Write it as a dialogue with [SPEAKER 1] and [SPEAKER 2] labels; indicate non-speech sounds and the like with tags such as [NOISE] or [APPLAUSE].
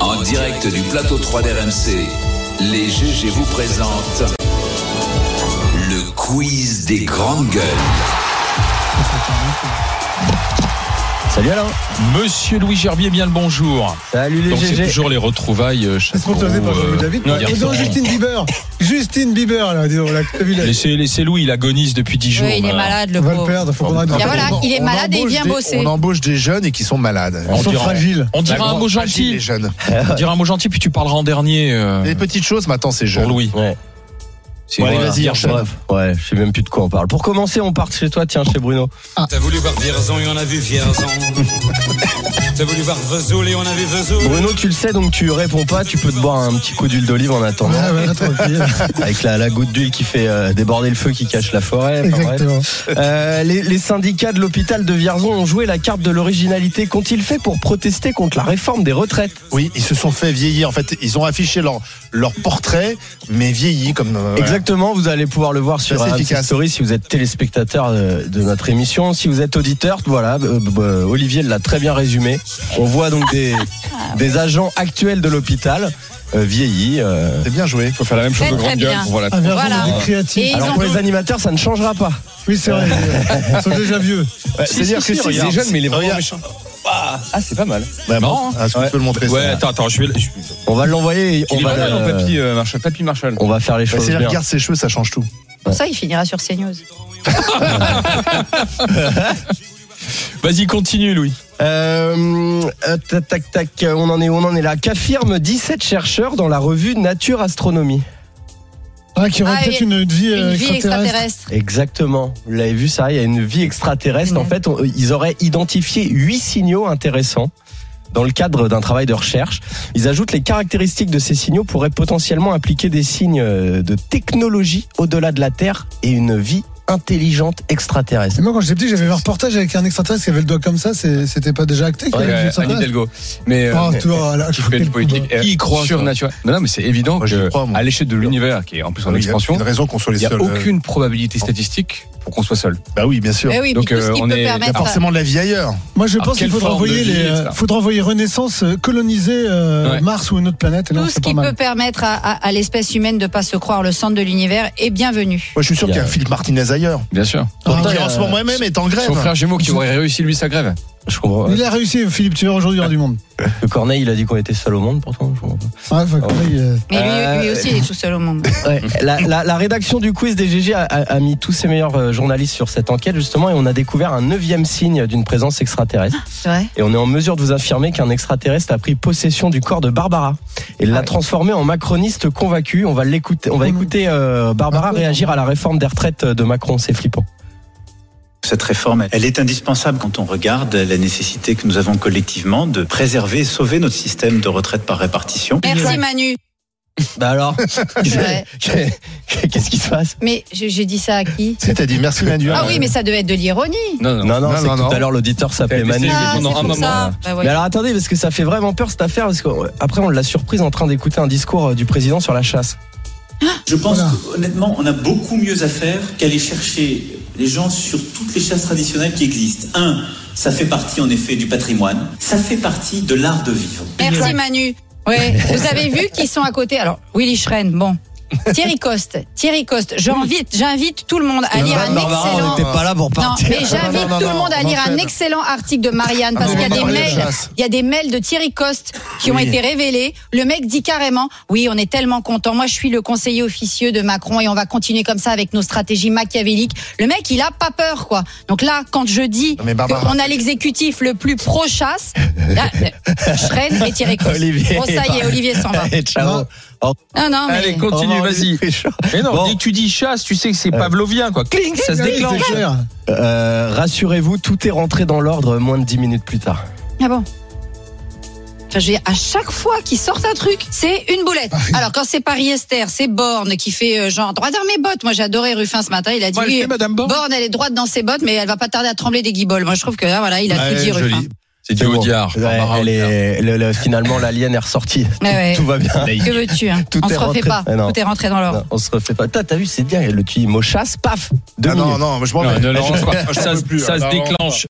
[SPEAKER 1] En direct du plateau 3 d'RMC, les GG vous présentent le quiz des grandes gueules.
[SPEAKER 2] Salut Alain.
[SPEAKER 3] Monsieur Louis Gerbier, bien le bonjour.
[SPEAKER 2] Salut les
[SPEAKER 3] Donc c'est
[SPEAKER 2] GG.
[SPEAKER 3] toujours les retrouvailles euh,
[SPEAKER 4] C'est
[SPEAKER 3] Châteauroux,
[SPEAKER 4] sponsorisé par
[SPEAKER 3] euh,
[SPEAKER 4] Jean-Louis David.
[SPEAKER 3] non,
[SPEAKER 4] et donc
[SPEAKER 3] Garçon.
[SPEAKER 4] Justine Bieber. Justine Bieber, là, dis donc, là, t'as vu, là,
[SPEAKER 3] Laissez, laissez Louis, il agonise depuis 10 jours. euh.
[SPEAKER 5] Oui, il est
[SPEAKER 3] maintenant.
[SPEAKER 5] malade,
[SPEAKER 4] on
[SPEAKER 5] le
[SPEAKER 4] va le
[SPEAKER 5] pauvre.
[SPEAKER 4] perdre, faut qu'on arrête.
[SPEAKER 5] Bien
[SPEAKER 4] de-
[SPEAKER 5] Ah, voilà, il est malade et il vient bosser.
[SPEAKER 6] On embauche des jeunes et qui sont Ah. malades.
[SPEAKER 3] On
[SPEAKER 4] Ils sont
[SPEAKER 3] dira-
[SPEAKER 4] fragiles.
[SPEAKER 3] On
[SPEAKER 6] La
[SPEAKER 3] dira un
[SPEAKER 6] grande
[SPEAKER 3] mot
[SPEAKER 6] fragile, Les
[SPEAKER 3] gentil.
[SPEAKER 6] jeunes.
[SPEAKER 3] On dira un mot gentil, puis tu parleras en dernier euh,
[SPEAKER 6] Les petites choses, maintenant, c'est
[SPEAKER 3] pour
[SPEAKER 6] jeune.
[SPEAKER 3] Louis.
[SPEAKER 2] Ouais.
[SPEAKER 3] C'est-
[SPEAKER 2] Bon, allez,
[SPEAKER 3] voilà.
[SPEAKER 2] vas-y,
[SPEAKER 3] Dire
[SPEAKER 2] enchaîne.
[SPEAKER 3] jeune.
[SPEAKER 2] Bref, ouais, je sais même plus de quoi on parle. Pour commencer, on part chez toi, tiens, chez Bruno.
[SPEAKER 7] T'as voulu voir Vierzon et on a vu Vierzon. T'as voulu voir Vesoul et on a vu Vesoul.
[SPEAKER 2] Bruno, tu le sais, donc tu réponds pas, tu peux te boire un petit coup d'huile d'olive en attendant.
[SPEAKER 4] Ouais, ouais, là, tranquille.
[SPEAKER 2] [LAUGHS] Avec la, la goutte d'huile qui fait euh, déborder le feu qui cache la forêt. enfin, bref.
[SPEAKER 4] Exactement.
[SPEAKER 2] Euh, les, les syndicats de l'hôpital de Vierzon ont joué la carte de l'originalité. Qu'ont-ils fait pour protester contre la réforme des retraites
[SPEAKER 6] Oui, ils se sont fait vieillir. En fait, ils ont affiché leur, leur portrait, mais vieilli comme. euh, voilà.
[SPEAKER 2] Exactement, vous allez pouvoir le voir sur
[SPEAKER 6] Assez
[SPEAKER 2] RMC
[SPEAKER 6] efficace.
[SPEAKER 2] Story si vous êtes téléspectateur euh, de notre émission. Si vous êtes auditeur, voilà, euh, euh, Olivier l'a très bien résumé. On voit donc
[SPEAKER 5] [LAUGHS]
[SPEAKER 2] des, des agents actuels de l'hôpital euh, vieillis. euh.
[SPEAKER 6] C'est bien joué.
[SPEAKER 3] Faut faire la même chose
[SPEAKER 5] Très,
[SPEAKER 3] aux
[SPEAKER 5] très
[SPEAKER 3] grandes
[SPEAKER 5] bien.
[SPEAKER 3] gueules. Voilà.
[SPEAKER 4] Un version
[SPEAKER 5] Voilà.
[SPEAKER 4] des créatifs.
[SPEAKER 5] Et-
[SPEAKER 2] Alors
[SPEAKER 5] ont-
[SPEAKER 2] pour les animateurs, ça ne changera pas.
[SPEAKER 4] Oui, c'est
[SPEAKER 2] [LAUGHS]
[SPEAKER 4] vrai. Ils sont déjà vieux.
[SPEAKER 6] C'est-à-dire que si,
[SPEAKER 2] il est
[SPEAKER 6] regarde.
[SPEAKER 2] jeune, mais il est vraiment
[SPEAKER 6] Regarde.
[SPEAKER 2] méchant. Ah, ah, c'est pas mal.
[SPEAKER 3] Marrant, hein
[SPEAKER 6] Ah, Est-ce que
[SPEAKER 2] Ouais.
[SPEAKER 6] tu peux le montrer
[SPEAKER 3] Ouais,
[SPEAKER 6] ça
[SPEAKER 3] attends, attends, je vais. je-
[SPEAKER 2] On va l'envoyer. et On
[SPEAKER 3] Il est
[SPEAKER 2] va,
[SPEAKER 3] pas mal,
[SPEAKER 2] le-
[SPEAKER 3] mon papy euh, Marshall. Papy Marshall.
[SPEAKER 2] on va faire les
[SPEAKER 6] Bah,
[SPEAKER 2] choses
[SPEAKER 6] c'est-à-dire,
[SPEAKER 2] bien.
[SPEAKER 6] regarde ses cheveux, ça change tout.
[SPEAKER 5] Pour ça, il finira sur CNews.
[SPEAKER 3] Vas-y, continue, Louis.
[SPEAKER 2] Euh, euh, tac, tac, tac, euh, on en est, où on en est là. Qu'affirment 17 chercheurs dans la revue Nature Astronomie
[SPEAKER 4] Ah, qui aurait
[SPEAKER 5] Ah,
[SPEAKER 4] peut-être
[SPEAKER 5] et-
[SPEAKER 4] une vie
[SPEAKER 5] Une
[SPEAKER 4] euh,
[SPEAKER 5] vie
[SPEAKER 4] extraterrestre.
[SPEAKER 5] extraterrestre.
[SPEAKER 2] Exactement. Vous l'avez vu ça, il y a une vie extraterrestre. En
[SPEAKER 5] Ouais.
[SPEAKER 2] fait, on- ils auraient identifié huit signaux intéressants dans le cadre d'un travail de recherche. Ils ajoutent les caractéristiques de ces signaux pourraient potentiellement impliquer des signes euh, de technologie au-delà de la Terre et une vie intelligente extraterrestre.
[SPEAKER 4] Et moi, quand j'étais petit, j'avais vu un reportage avec un extraterrestre qui avait le doigt comme ça. c'est- C'était pas déjà acté qu'il y avait une vie
[SPEAKER 8] Ouais, Anne
[SPEAKER 4] extraterrestre
[SPEAKER 8] Hidalgo. Mais euh,
[SPEAKER 4] Oh, tu vois, là, je
[SPEAKER 8] qui fait
[SPEAKER 4] quel
[SPEAKER 8] du
[SPEAKER 4] coup,
[SPEAKER 8] politique
[SPEAKER 4] bah.
[SPEAKER 8] euh,
[SPEAKER 3] Qui y croit, ça
[SPEAKER 8] surnaturel. Non, non, mais c'est évident
[SPEAKER 6] Moi, j'y
[SPEAKER 8] que
[SPEAKER 6] crois, moi.
[SPEAKER 8] à l'échelle de l'univers, qui est en plus en
[SPEAKER 6] Il y a
[SPEAKER 8] expansion,
[SPEAKER 6] une raison qu'on soit les
[SPEAKER 8] il n'y a
[SPEAKER 6] seuls. euh,
[SPEAKER 8] aucune probabilité statistique pour qu'on soit seul.
[SPEAKER 6] Bah oui, bien sûr.
[SPEAKER 5] Eh oui, Ah.
[SPEAKER 8] Donc,
[SPEAKER 5] puis tout ce
[SPEAKER 8] euh,
[SPEAKER 5] qui
[SPEAKER 8] on
[SPEAKER 5] peut
[SPEAKER 8] est- il y a
[SPEAKER 6] Il y a
[SPEAKER 5] permettre.
[SPEAKER 6] forcément de la vie ailleurs.
[SPEAKER 4] Moi, je
[SPEAKER 8] Alors,
[SPEAKER 4] pense qu'il
[SPEAKER 8] quelle
[SPEAKER 4] faudra
[SPEAKER 8] forme de
[SPEAKER 4] envoyer,
[SPEAKER 8] vie,
[SPEAKER 4] les, euh,
[SPEAKER 8] etc.
[SPEAKER 4] faudra envoyer Renaissance, euh, coloniser euh,
[SPEAKER 8] Ouais.
[SPEAKER 4] Mars ou une autre planète. Et non,
[SPEAKER 5] Tout ce
[SPEAKER 4] c'est pas
[SPEAKER 5] qui
[SPEAKER 4] mal.
[SPEAKER 5] peut permettre à, à- à l'espèce humaine de pas se croire le centre de l'univers est bienvenu.
[SPEAKER 6] Moi, je suis sûr
[SPEAKER 2] Il y
[SPEAKER 6] qu'il
[SPEAKER 2] a-
[SPEAKER 6] y a un Philippe Martinez ailleurs.
[SPEAKER 8] Bien sûr.
[SPEAKER 4] Ah,
[SPEAKER 6] Qui en ce moment même est en grève.
[SPEAKER 8] Son frère Gémeaux qui aurait réussi, lui, sa grève.
[SPEAKER 6] Ah,
[SPEAKER 2] Je comprends.
[SPEAKER 4] Il a réussi, Philippe, tu verras aujourd'hui, il y aura du monde.
[SPEAKER 2] Le Corneille, il a dit qu'on était seul au monde, pourtant. Je comprends pas.
[SPEAKER 4] Ah, faut que- oui, euh,
[SPEAKER 5] Mais lui, lui
[SPEAKER 2] Euh,
[SPEAKER 5] aussi, il est tout seul au monde.
[SPEAKER 2] Ouais, [LAUGHS] la, la- la rédaction du quiz des GG a, a- a mis tous ses meilleurs euh, journalistes sur cette enquête justement et on a découvert un neuvième signe d'une présence extraterrestre.
[SPEAKER 5] C'est vrai.
[SPEAKER 2] Et on est en mesure de vous affirmer qu'un extraterrestre a pris possession du corps de Barbara et l'a transformé en macroniste convaincu. On va l'écouter, on va
[SPEAKER 4] Mmh.
[SPEAKER 2] écouter euh, Barbara
[SPEAKER 4] Ah ouais.
[SPEAKER 2] réagir à la réforme des retraites de Macron. C'est flippant.
[SPEAKER 9] Cette réforme, elle est indispensable quand on regarde la nécessité que nous avons collectivement de préserver et sauver notre système de retraite par répartition.
[SPEAKER 5] Merci Manu.
[SPEAKER 2] Bah alors,
[SPEAKER 5] Ouais.
[SPEAKER 2] qu'est-ce qui se passe
[SPEAKER 5] Mais je- j'ai dit ça à qui
[SPEAKER 6] C'est-à-dire, merci Manuel.
[SPEAKER 5] Ah oui, mais ça devait être de l'ironie.
[SPEAKER 8] Non, non.
[SPEAKER 2] Non non,
[SPEAKER 6] Non,
[SPEAKER 2] c'est
[SPEAKER 6] non,
[SPEAKER 2] que
[SPEAKER 6] non.
[SPEAKER 2] tout à l'heure l'auditeur s'appelait
[SPEAKER 8] T'as été
[SPEAKER 2] Manu.
[SPEAKER 8] saisi.
[SPEAKER 5] Ah,
[SPEAKER 8] on
[SPEAKER 5] c'est
[SPEAKER 8] aura un
[SPEAKER 5] pour
[SPEAKER 8] moment.
[SPEAKER 5] ça. Bah ouais.
[SPEAKER 2] Mais alors attendez parce que ça fait vraiment peur cette affaire parce qu'après on l'a surprise en train d'écouter un discours euh, du président sur la chasse.
[SPEAKER 10] Je pense
[SPEAKER 4] Voilà.
[SPEAKER 10] honnêtement, on a beaucoup mieux à faire qu'aller chercher les gens sur toutes les chasses traditionnelles qui existent. Un, ça fait partie en effet du patrimoine, ça fait partie de l'art de vivre.
[SPEAKER 5] Merci Manu. [LAUGHS] Ouais. Vous avez vu qu'ils sont à côté. Alors, Willy Schren, bon. Thierry Coste, Thierry Coste, j'invite, j'invite tout Mmh. le monde à lire un
[SPEAKER 2] Barbara,
[SPEAKER 5] excellent.
[SPEAKER 2] on n'était pas là pour
[SPEAKER 5] Non,
[SPEAKER 2] partir.
[SPEAKER 5] mais j'invite
[SPEAKER 6] Non, non,
[SPEAKER 5] tout
[SPEAKER 6] non,
[SPEAKER 5] le monde à
[SPEAKER 6] non,
[SPEAKER 5] lire un
[SPEAKER 6] enchaîne.
[SPEAKER 5] excellent article de Marianne parce
[SPEAKER 4] Ah,
[SPEAKER 5] qu'il y a
[SPEAKER 4] mais
[SPEAKER 5] des
[SPEAKER 4] on va parler de
[SPEAKER 5] mails,
[SPEAKER 6] chasse.
[SPEAKER 5] il y a des mails de Thierry Coste qui ont
[SPEAKER 6] Oui.
[SPEAKER 5] été révélés. Le mec dit carrément, oui, on est tellement content. Moi, je suis le conseiller officieux de Macron et on va continuer comme ça avec nos stratégies machiavéliques. Le mec, il a pas peur, quoi. Donc là, quand je dis
[SPEAKER 6] Non, mais Barbara.
[SPEAKER 5] qu'on a l'exécutif le plus pro chasse, là,
[SPEAKER 6] [LAUGHS]
[SPEAKER 5] Schren et Thierry Coste.
[SPEAKER 2] Olivier.
[SPEAKER 5] Bon, ça y est, Olivier s'en va.
[SPEAKER 2] Allez, ciao.
[SPEAKER 5] Non, non, mais-
[SPEAKER 3] Allez, continue,
[SPEAKER 2] Au revoir,
[SPEAKER 3] vas-y.
[SPEAKER 2] Olivier Chaud.
[SPEAKER 3] Mais non,
[SPEAKER 2] Bon.
[SPEAKER 3] dès que tu dis chasse, tu sais que c'est
[SPEAKER 2] Ouais.
[SPEAKER 3] pavlovien, quoi. Cling, ça se
[SPEAKER 4] oui,
[SPEAKER 3] déclenche.
[SPEAKER 4] c'est clair.
[SPEAKER 2] Euh, Rassurez-vous, tout est rentré dans l'ordre moins de 10 minutes plus tard.
[SPEAKER 5] Ah bon Enfin, je veux dire, à chaque fois qu'ils sortent un truc, c'est une
[SPEAKER 2] Ah
[SPEAKER 5] boulette. Alors, quand c'est Paris-Esther, c'est Borne qui fait euh, genre droit dans mes bottes. Moi, j'ai adoré Ruffin ce matin. Il a dit
[SPEAKER 3] Ouais,
[SPEAKER 5] oui,
[SPEAKER 3] c'est Madame Borne.
[SPEAKER 5] Borne, elle est droite dans ses bottes, mais elle va pas tarder à trembler des guiboles. Moi, je trouve que là, voilà, il a
[SPEAKER 2] Bah,
[SPEAKER 5] tout dit, Ruffin.
[SPEAKER 3] C'est du
[SPEAKER 2] C'est bon.
[SPEAKER 3] Audiard.
[SPEAKER 2] Ouais,
[SPEAKER 3] Barbara
[SPEAKER 2] elle
[SPEAKER 3] Audiard.
[SPEAKER 2] est, le- le- finalement, l'alien est ressortie. Tout,
[SPEAKER 5] Ouais, ouais.
[SPEAKER 2] tout va bien.
[SPEAKER 5] Que veux-tu hein
[SPEAKER 2] Tout
[SPEAKER 5] On
[SPEAKER 2] est
[SPEAKER 5] se refait
[SPEAKER 2] rentré.
[SPEAKER 5] pas.
[SPEAKER 2] Ah, non.
[SPEAKER 5] Tout est rentré dans l'ordre.
[SPEAKER 2] Non, on se refait pas. T'as t'as vu, c'est bien. Le tuyau mot chasse, paf. Deux
[SPEAKER 6] Ah
[SPEAKER 2] minutes.
[SPEAKER 6] non, non, je m'en
[SPEAKER 3] Non,
[SPEAKER 6] vais.
[SPEAKER 3] ne le [LAUGHS]
[SPEAKER 6] Je-
[SPEAKER 3] lance pas.
[SPEAKER 6] je
[SPEAKER 3] Ça
[SPEAKER 6] peux
[SPEAKER 3] se-
[SPEAKER 6] plus,
[SPEAKER 3] ça
[SPEAKER 6] hein,
[SPEAKER 3] se
[SPEAKER 6] non, non.
[SPEAKER 3] déclenche.